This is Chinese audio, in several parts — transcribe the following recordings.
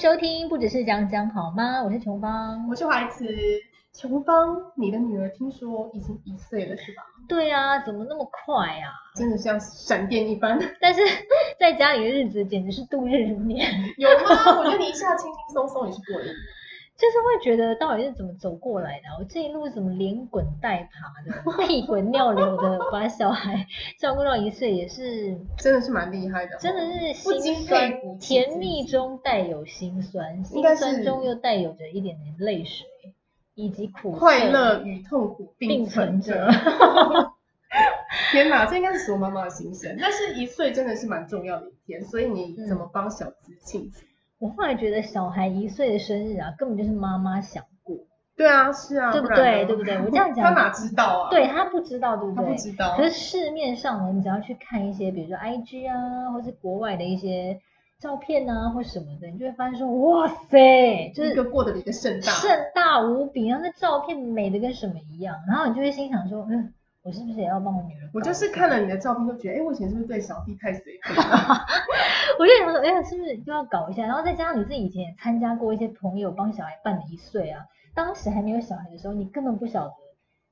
收听，不只是讲讲好吗？我是琼芳。我是怀慈。琼芳，你的女儿听说已经一岁了，是吧？对啊，怎么那么快啊？真的像闪电一般，但是 在家里的日子简直是度日如年， 有吗？我觉得你一下轻轻松松也是过瘾。就是会觉得到底是怎么走过来的啊、我这一路是怎么连滚带爬 的，屁滚尿流的把小孩 照顾到一岁，也是真的是蛮厉害的哦、真的是不禁心酸佩服，自己甜蜜中带有心酸，心应该是酸中又带有着一点点泪水，以及苦涩快乐与痛苦并并存存着 着。天哪，这应该是所有妈妈的心声。但是一岁真的是蛮重要的一天，所以你怎么帮小资庆祝？我后来觉得小孩一岁的生日啊，根本就是妈妈想过，对啊，是啊，对不然对？呢对不对？我这样他讲，哪知道啊？，对他不知道，对不他不对？知道可。是市面上呢，你只要去看一些，比如说 IG 啊，或是国外的一些照片啊，或什么的，你就会发现说，哇塞，就一是个过得比一个盛大，盛大无比，然后那照片美的跟什么一样，然后你就会心想说，嗯，我是不是也要帮我女儿？我就是看，了你的照片，就觉得，哎，我以前是不是对小弟太随便了？我就想说，哎呀，是不是又要搞一下？然后再加上你自己以前也参加过一些朋友帮小孩办的一岁啊，当时还没有小孩的时候，你根本不晓得，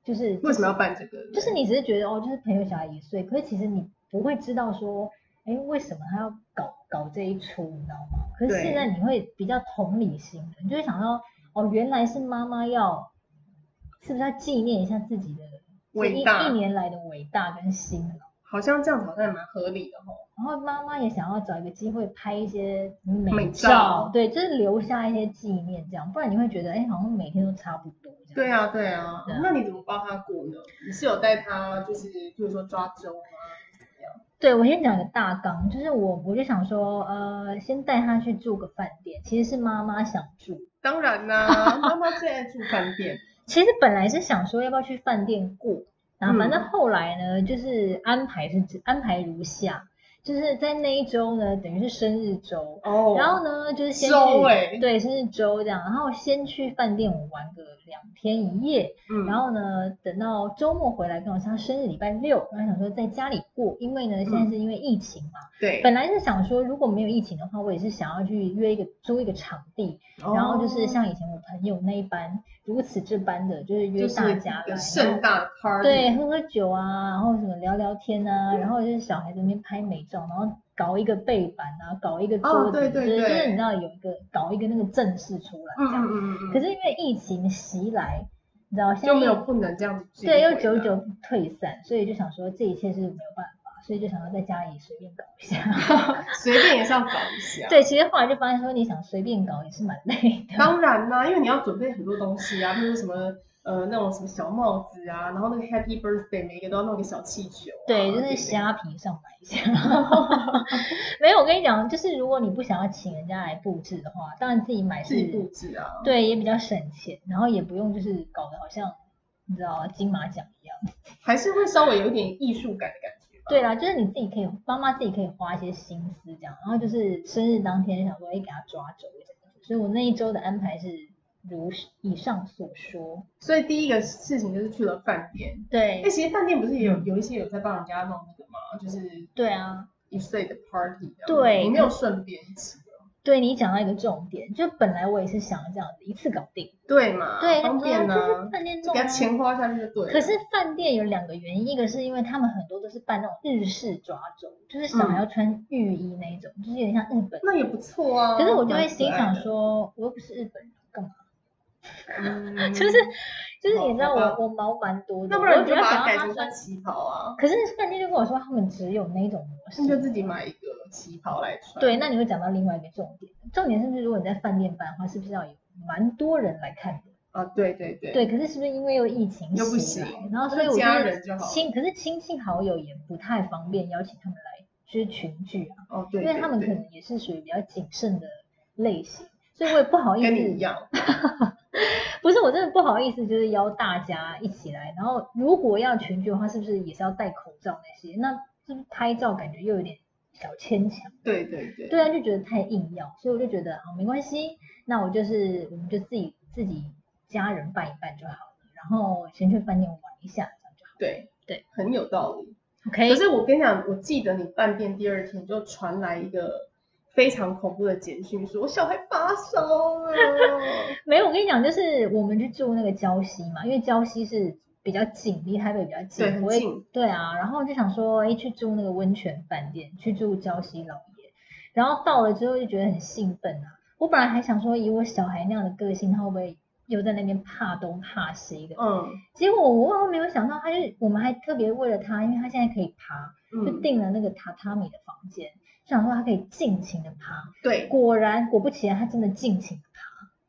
就是为什么要办这个？就是你只是觉得哦，就是朋友小孩一岁，可是其实你不会知道说，哎，为什么他要搞搞这一出，你知道吗？可是对现在你会比较同理心的，你就会想到哦，原来是妈妈要，是不是要纪念一下自己的这伟一大一年来的伟大跟辛劳？好像这样子好像也蛮合理的哦。然后妈妈也想要找一个机会拍一些美美照，照对，就是留下一些纪念，这样，不然你会觉得哎，好像每天都差不多这样。对啊，对啊对啊。那你怎么帮他过呢？你是有带他，就是比如说抓周啊？对，我先讲一个大纲，就是我我就想说，呃，先带他去住个饭店，其实是妈妈想住，当然 啦、妈妈最爱住饭店。其实本来是想说要不要去饭店过，然后反正嗯后来呢，就是安排是这安排如下，就是在那一周呢，等于是生日周，哦然后呢就是先周去欸对生日周这样，然后先去饭店玩个两天一夜，嗯然后呢，等到周末回来，刚好是他生日礼拜六，然后想说在家里过，因为呢现嗯在是因为疫情嘛。对，本来是想说，如果没有疫情的话，我也是想要去约一个租一个场地，哦然后就是像以前我朋友那一般，如此这般的，就是就约是大家一来，个盛大的 party。嗯对，喝喝酒啊，然后什么聊聊天啊，然后就是小孩子那边拍美照，然后搞一个背板啊，搞一个桌哦子，对对就是就是对你知道有一个搞一个那个阵势出来嗯这样。嗯嗯嗯。可是因为疫情袭来，你知道现在就没有不能这样子聚会对，的。又久久不退散，所以就想说这一切是没有办法，所以就想要在家里随便搞一下。随便也是要搞一下。，对，其实后来就发现说，你想随便搞也是蛮累的。当然啦、因为你要准备很多东西啊，比如什么呃那种什么小帽子啊，然后那个 Happy Birthday 每个都要弄个小气球、啊。对，就是这些虾皮上买一下。 没有，我跟你讲，就是如果你不想要请人家来布置的话，当然自己买自己布是，置啊。对，也比较省钱，然后也不用就是搞得好像你知道金马奖一样。还是会稍微有一点艺术感的感觉吧。对啦，就是你自己可以，妈妈自己可以花一些心思这样，然后就是生日当天想说，哎，给他抓走这样子。所以我那一周的安排是如以上所说。所以第一个事情就是去了饭店。对哎、，其实饭店不是也有有一些有在帮人家弄那个吗？就是对啊，一岁的 party 这样对你没有顺便一起的，对你讲到一个重点，就本来我也是想要这样子一次搞定，对嘛？对，方便然后就是呢、饭店就弄给啊他钱花下去就对了。可是饭店有两个原因，一个是因为他们很多都是办那种日式抓周，就是小孩要穿浴衣那一种，就是有点像日本。嗯那也不错啊。可是我就会心蛮想可说，我又不是日本人，干嘛？爱的，嗯 就是就是你知道好吧我我毛蛮多的，那不我然又比你就较把想它要改他成穿穿。旗袍啊，可是饭店就跟我说，他们只有那种模那你就式。自己买一个旗袍来穿。对，那你会讲到另外一个重点，重点是不是如果你在饭店办的话，是不是要有蛮多人来看的？啊，对对对，对，可是是不是因为有疫情又不袭来行然后那所以我家觉人就得好了亲，可是亲戚好友也不太方便邀请他们来，就是群聚啊，哦对，因为他对们可对能也是属于比较谨慎的类型，所以我也不好意跟你一思，样，不是我真的不好意思，就是邀大家一起来，然后如果要群聚的话，是不是也是要戴口罩那些？那是不是拍照感觉又有点小牵强？对对对，对啊，就觉得太硬要，所以我就觉得啊，没关系，那我就是我们就自己自己家人办一办就好了，然后先去饭店玩一下，这样就好。对对，哎很有道理。 OK，可是我跟你讲，我记得你饭店第二天就传来一个非常恐怖的简讯，说我小孩发烧了。没有，我跟你讲，就是我们去住那个礁溪嘛，因为礁溪是比较近，离台北比较近，对很不会近对啊，然后就想说，哎，去住那个温泉饭店，去住礁溪老爷，然后到了之后就觉得很兴奋啊。我本来还想说，以我小孩那样的个性，他会不会又在那边怕东怕西的？嗯结果我万万没有想到，他就我们还特别为了他，因为他现在可以爬，就嗯，订了那个榻榻米的房间，就想说他可以尽情的爬。对，果然，果不其然，他真的尽情地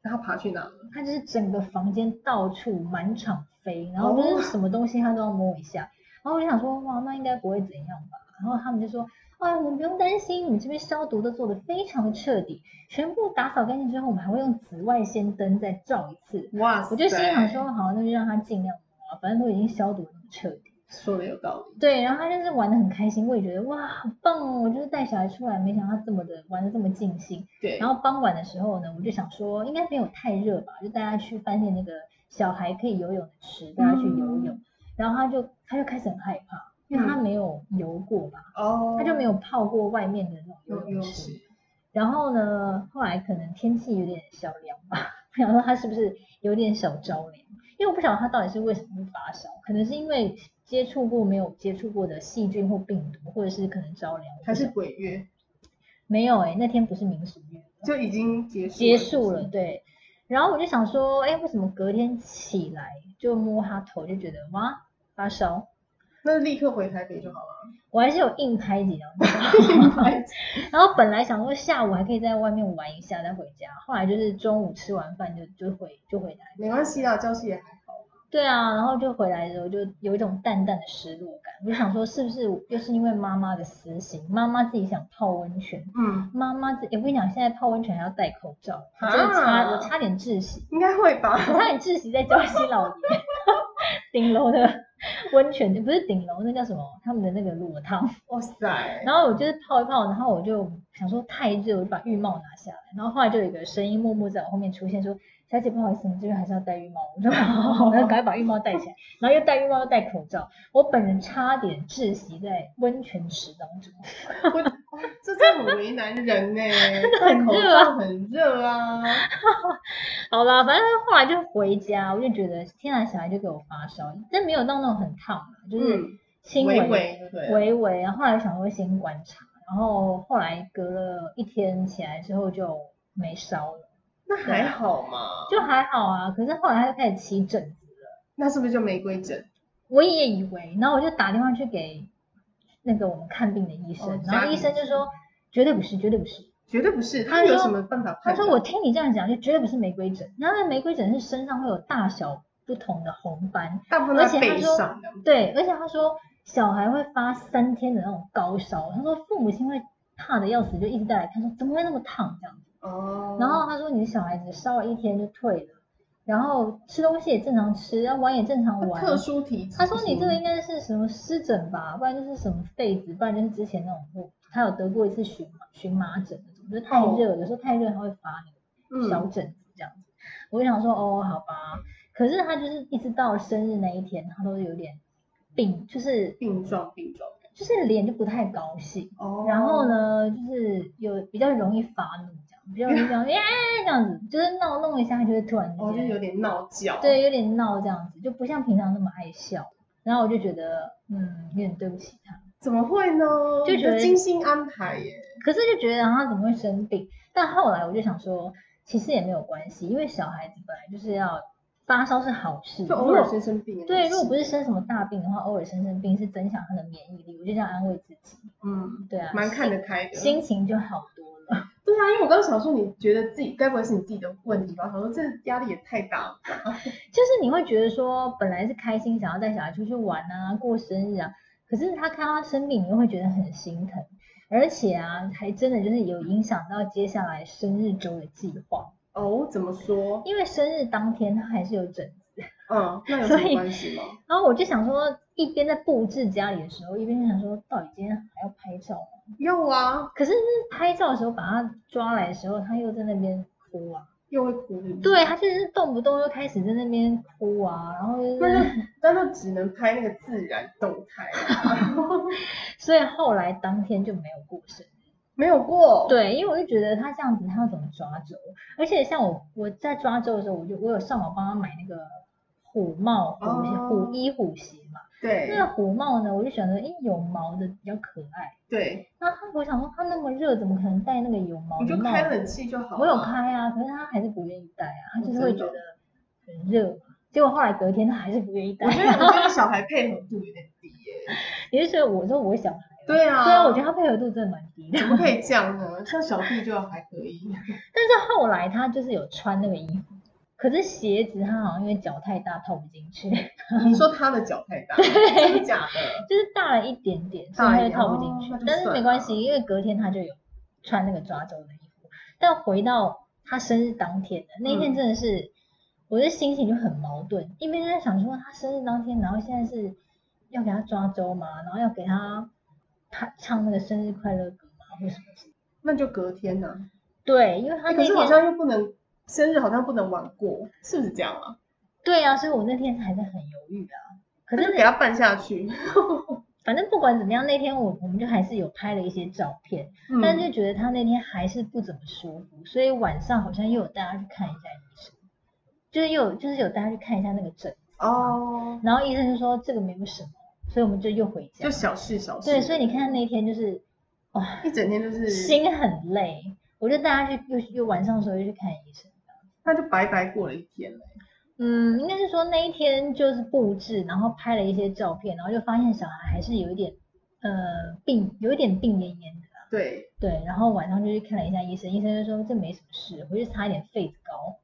那他爬去哪了？他就是整个房间到处满场飞，然后就是什么东西他都要摸一下。然后我就想说，哇，那应该不会怎样吧？然后他们就说，哎，我们不用担心，我们这边消毒都做得非常的彻底，全部打扫干净之后，我们还会用紫外线灯再照一次。哇塞！我就心想说，好，那就让他尽量摸啊，反正都已经消毒得那么彻底。说的有道理。对，然后他就是玩的很开心，我也觉得哇，好棒哦！我就是带小孩出来，没想到这么的玩的这么尽兴。对，然后傍晚的时候呢，我就想说应该没有太热吧，就带他去饭店那个小孩可以游泳的池，带他去游泳。嗯然后他就他就开始很害怕，因为他没有游过嘛，哦，他就没有泡过外面的那种游有游泳泳池。池。然后呢，后来可能天气有点小凉吧，我想说他是不是有点小着凉？因为我不晓得他到底是为什么会发烧，可能是因为接触过没有接触过的细菌或病毒，或者是可能着凉。还是鬼月没有哎、那天不是民俗月。就已经结束结束了，是不是对。然后我就想说，哎，为什么隔天起来就摸他头就觉得哇发烧？那立刻回台北就 好了。我还是有硬拍几张拍，然后本来想说下午还可以在外面玩一下再回家，后来就是中午吃完饭就就回就回来，没关系啦，啊教室也还好。对啊，然后就回来的时候就有一种淡淡的失落感，我就想说是不是又是因为妈妈的私心，妈妈自己想泡温泉，嗯，妈妈自己，诶我跟你讲，现在泡温泉还要戴口罩，我真的啊差我差点窒息。应该会吧。我差点窒息在礁溪老爷 顶楼的温泉，不是顶楼，那叫什么？他们的那个裸汤。哇塞！然后我就是泡一泡，然后我就想说太热，我就把浴帽拿下来。然后后来就有一个声音默默在我后面出现说：“小姐，不好意思，你这边还是要戴浴帽。” 我说：“好好好，我要赶快把浴帽戴起来。”然后又戴浴帽又戴口罩，我本人差点窒息在温泉池当中。我 这真的很为难 人呢、戴很口热啊罩很热啊。好啦，反正后来就回家，我就觉得天啊，小孩就给我发烧，但没有到那种很烫啊，就是嗯，轻微微微对不啊对微微，然后后来想说先观察，然后后来隔了一天起来之后就没烧了，那还好嘛。就还好啊。可是后来他就开始起疹子了，那是不是就玫瑰疹？我也以为，然后我就打电话去给那个我们看病的医生，哦然后医生就说绝对不是，绝对不是。绝对不是，他他有说什么办法他判断？说我听你这样讲，就绝对不是玫瑰疹。然后那玫瑰疹是身上会有大小不同的红斑，大部分都而且在他背说上的。对，而且他说小孩会发三天的那种高烧，他说父母亲会怕的要死，就一直带来看说怎么会那么烫这样子。哦。然后他说你的小孩子烧了一天就退了，然后吃东西也正常吃，然后玩也正常玩。特殊体质。啊他说你这个应该是什么湿疹吧，不然就是什么痱子，不然就是之前那种他有得过一次荨麻荨麻疹那种，就是太热，有时候太热它会发那个小嗯，疹子这样子。我就想说哦好吧，可是他就是一直到生日那一天，他都有点病，就是病状病状。就是脸就不太高兴。哦。然后？呢，就是有比较容易发怒，这样比较容易这样，耶这样子，就是闹弄一下，他就会突然哦，之就间，有点闹脚。。对，有点闹这样子，就不像平常那么爱笑。然后我就觉得，嗯，有点对不起他，怎么会呢？就你觉的得精心安排耶。可是就觉得他怎么会生病？但后来我就想说，其实也没有关系，因为小孩子本来就是要发烧是好事，就如偶尔果生生病。对，如果不是，生什么大病的话，偶尔生生病是增强他的免疫力，我就这样安慰自己。嗯，对啊，蛮看得开的。心情就好多了。对啊，因为我刚刚想说，你觉得自己该不会是你自己的问题吧？想说这压力也太大了吧。就是你会觉得说，本来是开心想要带小孩出去玩啊，过生日啊，可是他看到他生病，你又会觉得很心疼，而且啊，还真的就是有影响到接下来生日周的计划，哦，怎么说？因为生日当天他还是有疹子，嗯，那有什所么以关系吗？然后我就想说，一边在布置家里的时候，一边就想说，到底今天还要拍照吗？又啊，可是拍照的时候把他抓来的时候，他又在那边哭啊，又会哭是不是，对他就是动不动就开始在那边哭啊，然后就是 那就那就只能拍那个自然动态啊。所以后来当天就没有过生日。没有过，，对，因为我就觉得他这样子，他要怎么抓周？而且像我我在抓周的时候，我就我有上网帮他买那个虎帽、虎鞋、哦虎衣、虎鞋嘛。那对个虎帽呢，我就选择诶有毛的比较可爱。对，那他我想说他那么热，怎么可能哦戴那个有毛你的就帽开子？冷气就好了。我有开啊，可是他还是不愿意戴啊，他哦就是真会的觉得很热嘛。结果后来隔天他还是不愿意戴我。觉得我觉得小孩配合度有点低耶。也就是我说我小孩，对啊，对啊，我觉得他配合度真的蛮低的。怎么可以这样呢？像小弟就还 可以。但是后来他就是有穿那个衣服，可是鞋子他好像因为脚太大套不进去， 就你说他的脚太大，真的假的？是大了一点点，所以大他一就点套不进去。哦那就但是算没了关系，因为隔天他就有穿那个抓周的衣服。但回到他生日当天的那一天，嗯真的是、我的心情就很矛盾，一边在想说他生日当天，然后现在是要给他抓周嘛，然后要给他他唱那个生日快乐歌嘛，或什么之类的？那就隔天啊呢、对，因为他哎那可是天、好像又不能生日，好像不能晚过，是不是这样啊？对啊，所以我那天还在很犹豫啊。可那是就给他办下 去。反正不管怎么样，那天我我们就还是有拍了一些照片，嗯但就觉得他那天还是不怎么舒服，所以晚上好像又有带他去看一下医生，就是又有就是有带他去看一下那个诊，哦，然后医生就说这个没有什么，所以我们就又回家就。小事小事。对，所以你看那天就是哇、一整天就是，心很累，我就带他去又又晚上的时候又去看医生。那就白白过了一天了。嗯，应该是说那一天就是布置，然后拍了一些照片，然后就发现小孩还是有一点呃病，有一点病恹恹的啦。对，对，然后晚上就去看了一下医生，医生就说这没什么事，回去擦一点痱子膏。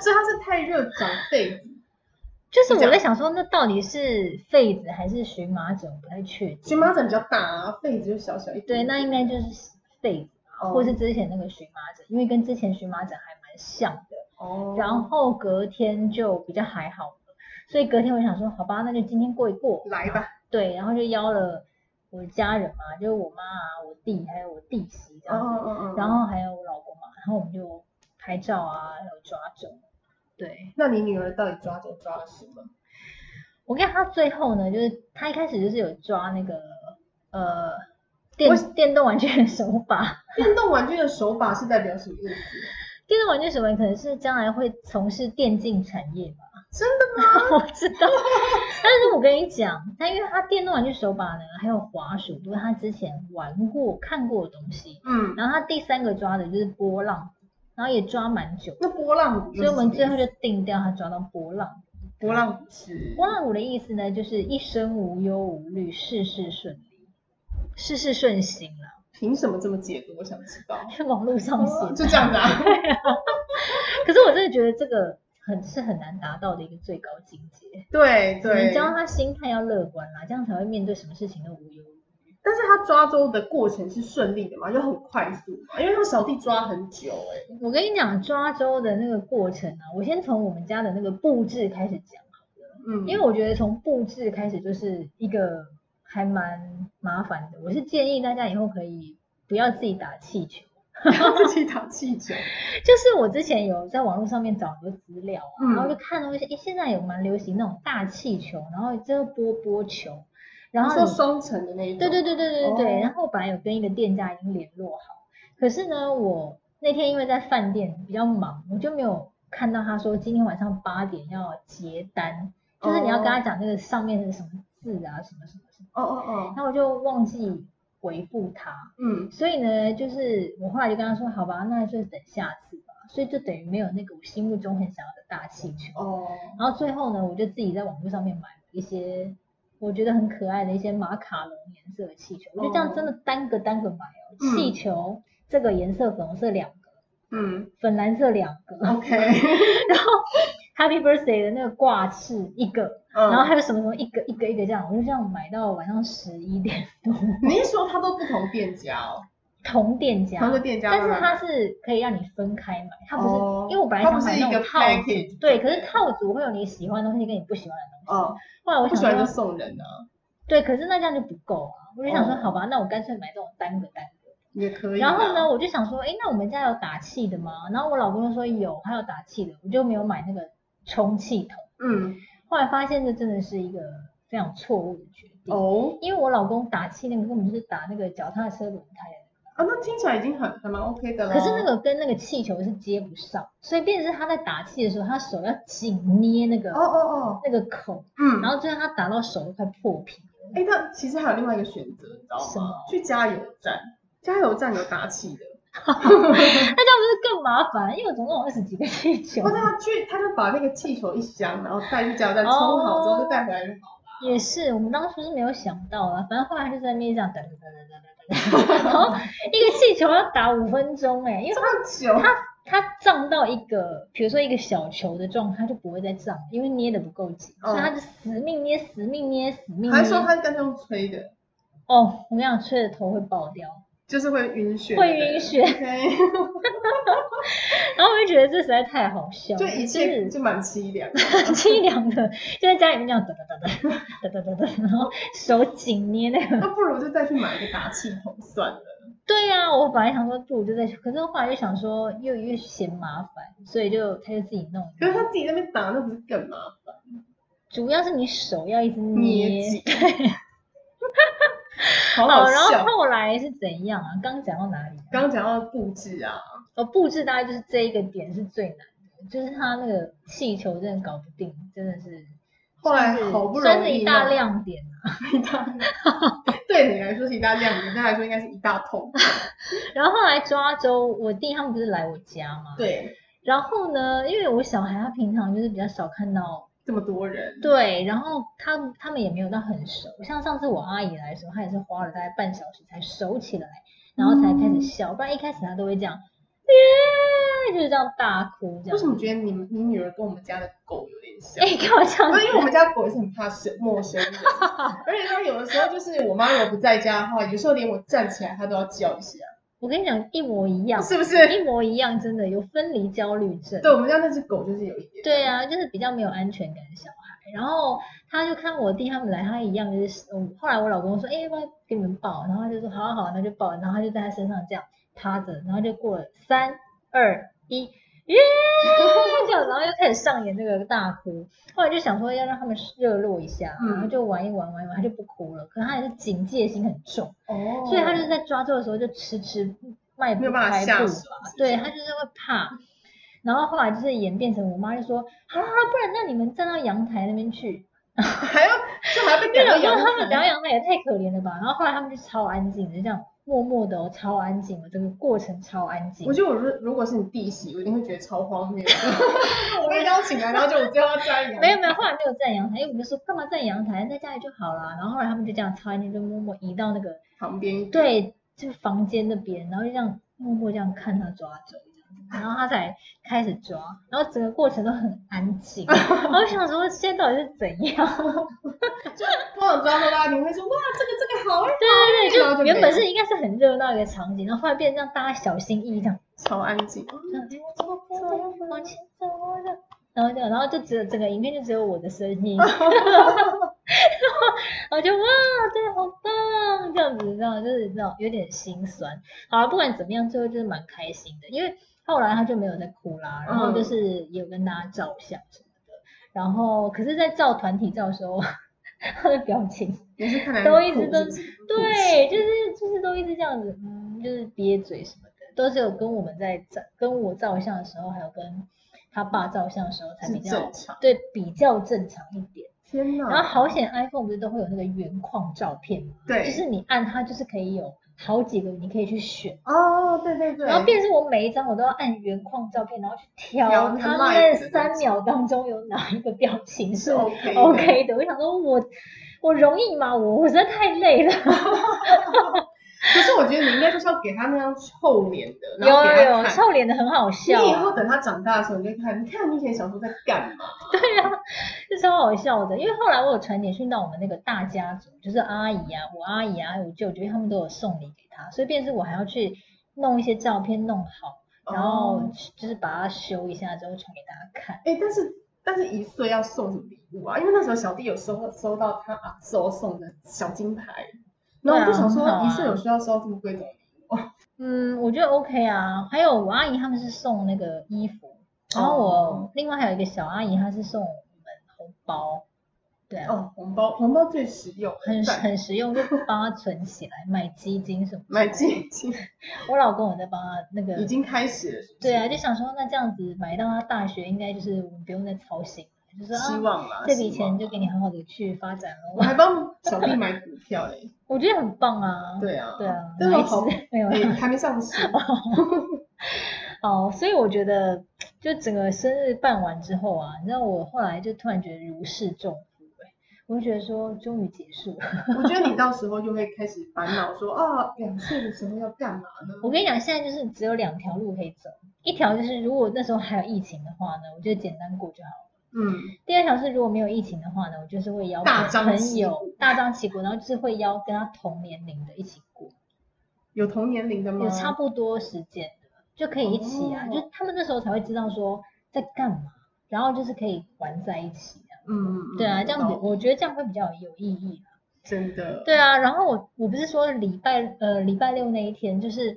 所以他是太热长痱子，就是是这我样在想说，那到底是痱子还是荨麻疹，我不太确定。荨麻疹比较大啊，痱子就小小一点。对，那应该就是痱子，哦或是之前那个荨麻疹，因为跟之前荨麻疹还蛮像的。哦，然后隔天就比较还好了，所以隔天我想说，好吧，那就今天过一过。来吧，对，然后就邀了我的家人嘛，就是我妈啊、我弟还有我弟媳这嗯样子，嗯嗯嗯，然后还有我老公嘛，然后我们就拍照啊，还有抓周。对，那你女儿到底抓着抓了什么？我看他最后呢，就是他一开始就是有抓那个呃电我电动玩具的手把，电动玩具的手把是代表什么意思？电动玩具手把可能是将来会从事电竞产业吧。真的吗？ 我知道，但是我跟你讲，他因为他电动玩具手把呢，还有滑鼠，都是他之前玩过、看过的东西，嗯，然后他第三个抓的就是波浪，然后也抓蛮久，那波浪鼓所以又是什我么们意思，最后就定掉他抓到波浪。波浪鼓是波浪舞的意思呢，就是一生无忧无虑，事事顺利，事事顺心啦。 凭什么这么解读？我想知道。是网络上写哦的，就这样子啊？ 可是我真的觉得这个很是很难达到的一个最高境界。对只能对，教他心态要乐观啦，这样才会面对什么事情都无忧无虑。但是他抓周的过程是顺利的嘛，就很快速嘛，因为他小弟抓很久哎、我跟你讲抓周的那个过程啊，我先从我们家的那个布置开始讲。嗯，因为我觉得从布置开始就是一个还蛮麻烦的。我是建议大家以后可以不要自己打气球， 他自己打气球，就是我之前有在网络上面找很多资料啊，嗯然后就看到一些，诶，现在有蛮流行那种大气球，然后这个波波球，然你后说你双层的那一种，对对对对对对，哦然后我本来有跟一个店家已经联络好，可是呢，我那天因为在饭店比较忙，我就没有看到他说今天晚上八点要结单，就是你要跟他讲那个上面是什么字啊，什么什么什么，哦哦哦，那我就忘记回复他，嗯，所以呢，就是我后来就跟他说，好吧，那就等下次吧，所以就等于没有那个我心目中很想要的大气球。哦，然后最后呢，我就自己在网络上面买了一些我觉得很可爱的一些马卡龙颜色的气球，我就这样哦真的单个单个买哦，嗯气球这个颜色粉红色两个， 嗯粉蓝色两个，OK， ，Happy Birthday 的那个挂饰一个，嗯，然后还有什么什么一个一个一个这样，我就这样买到晚上十一点多，你是说他都不同店家哦，同店家同。一个店家啊但慢是慢买，它是可以让你分开买，它不是，哦因为我本来它想不买是那一种个套组 package，，对，可是套组会有你喜欢的东西跟你不喜欢的东西。哦，后来我不想喜欢说就送人啊，对，可是那这样就不够啊！我就想说，哦好吧，那我干脆买这种单个单个。也可以。啊然后呢，？我就想说，哎，那我们家有打气的吗？然后我老公就说有，还有打气的，我就没有买那个充气筒。嗯，后来发现这真的是一个非常错误的决定，哦，因为我老公打气那个根本就是打那个脚踏车轮胎的那个，啊，那听起来已经很还蛮 OK 的了。可是那个跟那个气球是接不上，所以便是他在打气的时候，他手要紧捏那个、哦哦哦，那个口，嗯，然后就让他打到手都快破皮了。哎，那其实还有另外一个选择，你知道什吗么？去加油站，加油站有打气的。那这样不是更麻烦？因为我总共有二十几个气球哦，，他去，他就把那个气球一箱，然后带去加油站哦冲好之后就带回来就好。也是我们当初是没有想到啊，反正后来就在那边这样哒哒哒哒哒 哒哒，然后一个气球要打五分钟哎、因为这么久，它胀到一个，比如说一个小球的状态，它就不会再胀，因为捏的不够紧，哦所以它就死命捏、死命捏、死命还是说捏。他干脆用吹的，哦，我跟你讲，吹的头会爆掉，就是会晕眩，会晕眩。血。 OK， 然后我就觉得这实在太好笑了，就一切是就蛮凄凉的。 很凄凉的，就在家里面这样哒哒哒哒哒哒哒哒，然后手紧捏那个。那不如就再去买一个打气筒算了。对呀、我本来想说不我就在，可是后来又想说又又嫌麻烦，所以就他就自己弄。可是他自己在那边打，那不是更麻烦？主要是你手要一直捏捏紧， 好好，好然后笑。后来是怎样啊？刚讲到哪里、啊？刚刚讲到布置啊，哦，布置大概就是这一个点是最难的，就是他那个气球真的搞不定，真的是后来算是好不容易算是一大弄亮点啊。一大， 对你来说是一大亮，对他来说应该是一大痛。然后后来抓周，我弟他们不是来我家嘛，。对，然后呢，因为我小孩他平常就是比较少看到，这么多人，对，然后他他们也没有到很熟，像上次我阿姨来的时候，她也是花了大概半小时才熟起来，然后才开始笑，不然一开始她都会这样，耶，就是这样大哭这样。为什么觉得你们你女儿跟我们家的狗有点像？哎，干嘛这样不子？是因为我们家狗也是很怕生陌生 人，而且它有的时候就是我妈如果不在家的话，有时候连我站起来它都要叫一下，我跟你讲，一模一样，是不是？一模一样，真的有分离焦虑症。对，我们家那只狗就是有一点。对啊，就是比较没有安全感的小孩。然后他就看我弟他们来，他一样就是，嗯后来我老公说，哎、要不要给你们抱？然后他就说，好啊好啊，那就抱。然后他就在他身上这样趴着，然后就过了三二一，耶，这样，然后又开始上演那个大哭。后来就想说要让他们热络一下，嗯然后就玩一玩玩一玩，他就不哭了。可他也是警戒心很重，哦所以他就是在抓住的时候就迟迟迈不没有办法开下步手。啊对他就是会怕。然后后来就是演变成我妈就说，好了好了，不然那你们站到阳台那边去，还要就还要被因为赶老到公阳他们台聊阳台也太可怜了吧。然后后来他们就超安静的，就这样默默的哦，超安静的，整个过程超安静我。觉得我如如果是你弟媳，我一定会觉得超荒 谬。我被邀请来，然后就我最后站阳，没有没有，后来没有站阳台，因为我们就说干嘛站阳台，在家里就好啦。然后后来他们就这样超安静，就默默移到那个旁边一点，对，就是房间那边，然后就这样默默这样看他抓走，这样子，然后他才开始抓，然后整个过程都很安 静。然后我想说，现在到底是怎样？通常抓到大家你会说哇这个这个好哎，对对对，然后就就原没本了是应该是很热闹的一个场景，然后后来变成这样，大家小心翼翼这样，超安静。这样哎我怎么不会往前走了？然后就，然后就只有整个影片就只有我的声音，然后我就哇，对，好棒，这样子，这样就是这样，有点心酸。好了，不管怎么样，最后就是蛮开心的，因为后来他就没有再哭啦，然后就是也有跟大家照相什么的，然后可是，在照团体照的时候，他的表情也是看来都一直很都酷是不是对，就是就是都一直这样子，嗯，就是憋嘴什么的，都是有跟我们在照跟我照相的时候，还有跟他爸照相的时候才比是较正常。对比较正常一点。天哪！然后好险 iPhone 不是都会有那个原框照片吗？对，就是你按它就是可以有好几个，你可以去选。哦，对对对，然后变成我每一张我都要按原框照片，然后去挑挑那个它 like 那的那三种秒当中有哪一个表情是是 OK 的 OK 的。我想说我我容易吗？我我实在太累了。可是我觉得你应该就是要给他那张臭脸有的，然后给有他有，看。臭脸的很好笑、你以后啊，等他长大的时候，你就看，你看你以前小时候在干嘛？是超好笑的。因为后来我有传简讯到我们那个大家族，就是阿姨啊，我阿姨啊，还有我舅舅，因为他们都有送礼给他，所以便是我还要去弄一些照片弄好，然后哦，就是把它修一下之后传给大家看。哎，但是但是一岁要送什么礼物啊？因为那时候小弟有收收到他阿周送的小金牌，然后我就想说对啊，很好啊一岁有需要收这么贵重的礼嗯，我觉得 OK 啊。还有我阿姨他们是送那个衣服，然后我哦另外还有一个小阿姨，她是送我们红包。对啊，哦，红包红包最实用，很赞很实用，就帮他存起来，买基金什么。买基金我老公我在帮他那个已，经开始了，是不是对啊，就想说那这样子买到他大学，应该就是我们不用再操心了，就是希啊，望啦，这笔希望钱就给你好好的去发展我喽。还帮小弟买股票嘞， 我觉得很棒啊。对啊， 对啊，但是买我一好只没有 哎啦还没上市，哦，所以我觉得就整个生日办完之后啊，你知道我后来就突然觉得如释重负、欸，我就觉得说终于结束 了。我觉得你到时候就会开始烦恼说啊，两岁的时候要干嘛呢？我跟你讲，现在就是只有两条路可以走，一条就是如果那时候还有疫情的话呢，我就简单过就好了。嗯，第二条是如果没有疫情的话呢，我就是会邀大张朋旗友大张旗鼓，然后就是会邀跟他同年龄的一起过，有同年龄的吗？有差不多时间的就可以一起啊，嗯哦就他们那时候才会知道说在干嘛，然后就是可以玩在一起啊。嗯，嗯，对啊，这样子子我觉得这样会比较有意义啊。真的，对啊，然后我我不是说礼拜呃礼拜六那一天就是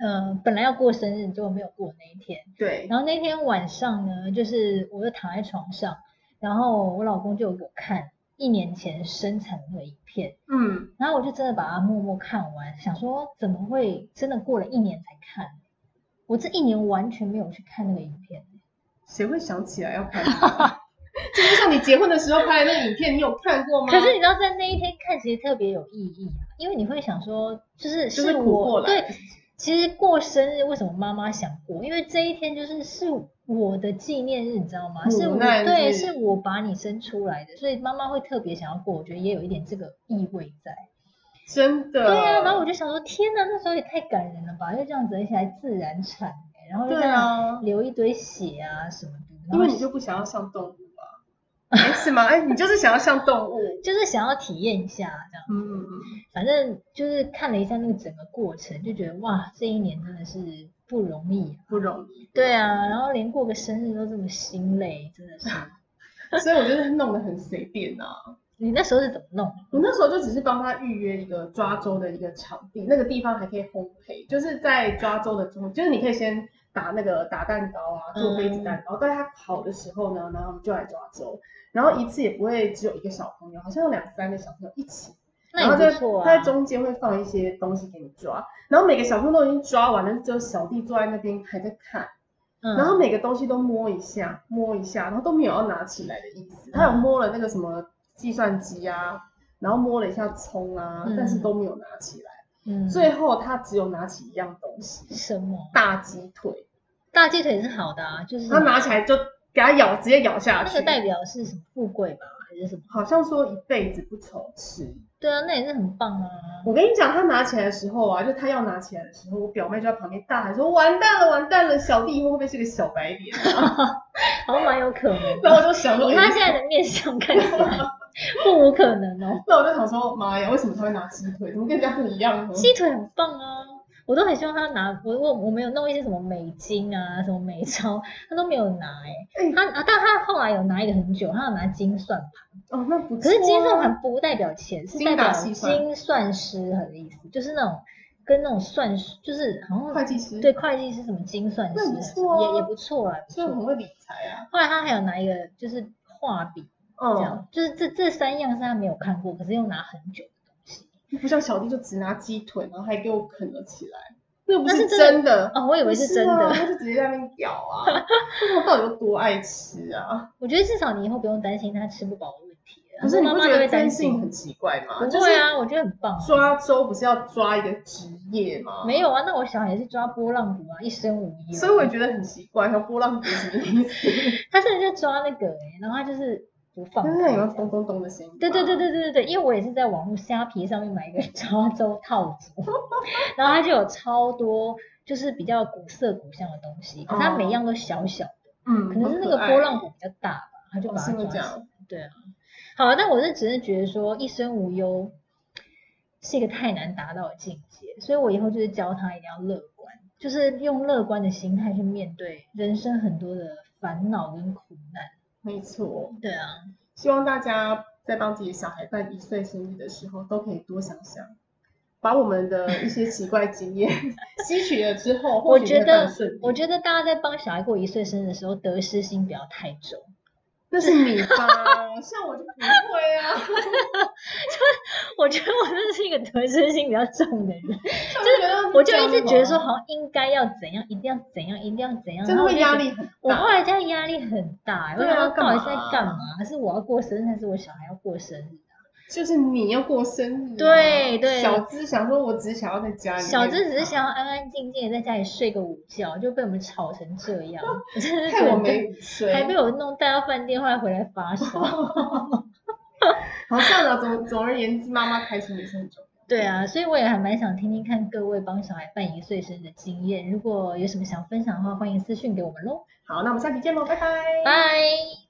呃本来要过生日，结果没有过那一天。对，然后那天晚上呢，就是我就躺在床上，然后我老公就有给我看一年前生产的那个影片，嗯，然后我就真的把它默默看完，想说怎么会真的过了一年才看？我这一年完全没有去看那个影片。谁会想起来要拍？这 就像你结婚的时候拍的那个影片，你有看过吗？可是你知道，在那一天看，其实特别有意义啊，因为你会想说，就是就是是苦我过来对，其实过生日为什么妈妈想过？因为这一天就是是我的纪念日，你知道吗？是我母难日对，是我把你生出来的，所以妈妈会特别想要过。我觉得也有一点这个意味在。真的，对啊，然后我就想说，天哪，那时候也太感人了吧！就这样子，而且还自然产、欸，然后就对这样啊，流一堆血啊什么的，然因后为你就不想要像动物啊，哎是吗？哎，你就是想要像动物，就是想要体验一下这样。嗯嗯嗯，反正就是看了一下那个整个过程，就觉得哇，这一年真的是不容易、不容易，对啊，然后连过个生日都这么心累，真的是。所以我觉得弄得很随便啊。 你那时候是怎么弄？我那时候就只是帮他预约一个抓周的一个场地，那个地方还可以烘焙，就是在抓周的中，就是你可以先打那个打蛋糕啊，做杯子嗯蛋糕，在它烤的时候呢，然后我们就来抓周，然后一次也不会只有一个小朋友，好像有两三个小朋友一起然那后也在不错啊。他在中间会放一些东西给你抓，然后每个小朋友都已经抓完了，只有小弟坐在那边还在看，嗯，然后每个东西都摸一下，摸一下，然后都没有要拿起来的意思。嗯他有摸了那个什么计算机啊，然后摸了一下葱啊，嗯但是都没有拿起来。嗯，最后他只有拿起一样东西，什么大鸡腿，大鸡腿是好的啊，就是他拿起来就给他咬，直接咬下那去。个代表是什么富贵吧，还是什么？好像说一辈子不愁吃。对啊，那也是很棒啊。我跟你讲，他拿起来的时候啊，就他要拿起来的时候，我表妹就在旁边大喊说：“完蛋了，完蛋了，小弟以后会不会是个小白脸 啊好像蛮有可能？” 然后我的。就想说，哎以诶他现在的面相看起 来，不无可能哦。那我就想说，妈呀，为什么他会拿鸡腿？怎么跟人家不一样呢？鸡腿很棒啊，我都很希望他拿，我我我没有弄一些什么美金啊，什么美钞，他都没有拿哎、哎他啊，但他后来有拿一个很久，他有拿金算盘，哦，那不错啊、可是金算盘不代表钱，是精代打表细算精算师很的意思，就是那种跟那种算师，就是好像会计师，对，会计师什么精算那师很不错啊也也不错啦，不所以很错。会理财啊。后来他还有拿一个就是画笔，这嗯，样，就是这这三样是他没有看过，可是又拿很久的东西。不像小弟就只拿鸡腿，然后还给我啃了起来，那不那是是真真的。哦，我以为是真的不。啊他就直接在那边咬 啊！那他到底有多爱吃啊？我觉得至少你以后不用担心他吃不饱的问题了。可是你妈不妈觉都得会真担性心？很奇怪吗？不就会是啊，我觉得很棒啊。抓周不是要抓一个职业吗？没有啊，那我小孩也是抓波浪鼓啊，一身无忧。所以我也觉得很奇怪，像波浪鼓什么 意思？他甚至就抓那个、欸，然后他就是不放就是那开。有咚咚咚的声音。对对对。对对对对，因为我也是在网络虾皮上面买一个 抓周套组，然后它就有超多就是比较古色古香的东西，可是它每样都小小，嗯，可能是那个哦好爱哦波浪鼓比较大吧，他就把它是会抓起这来。样。对啊，好啊，但我是只是觉得说一生无忧是一个太难达到的境界，所以我以后就是教他一定要乐观，就是用乐观的心态去面对人生很多的烦恼跟苦难。没错，对啊，希望大家在帮自己小孩办一岁生日的时候，都可以多想想，把我们的一些奇怪经验吸取了之 后，我或许觉会办得顺利。我觉得大家在帮小孩过一岁生日的时候，得失心不要太重。那是你吧？像我就不会啊， 我觉得我真的是一个得失心比较重的人，就是我就一直觉得说好像应该要怎样，一定要怎样，一定要怎样，然真的后我会就压觉得力很大。我后来这样压力很大，我对想啊到到底是干嘛在干嘛？是我要过生日，还是我小孩要过生日？就是你要过生日啊、对对小资想说，我只想要在家里面，小智只是想要安安静静的在家里睡个午觉，就被我们吵成这 样，我真的是看觉我得没睡，还被我弄带到饭店，后来回来发 烧。好算了，总总而言之，妈妈开心也是很重要。对啊，所以我也还蛮想听听看各位帮小孩办一岁生日的经验，如果有什么想分享的话，欢迎私讯给我们喽。好，那我们下期见喽，拜拜。拜。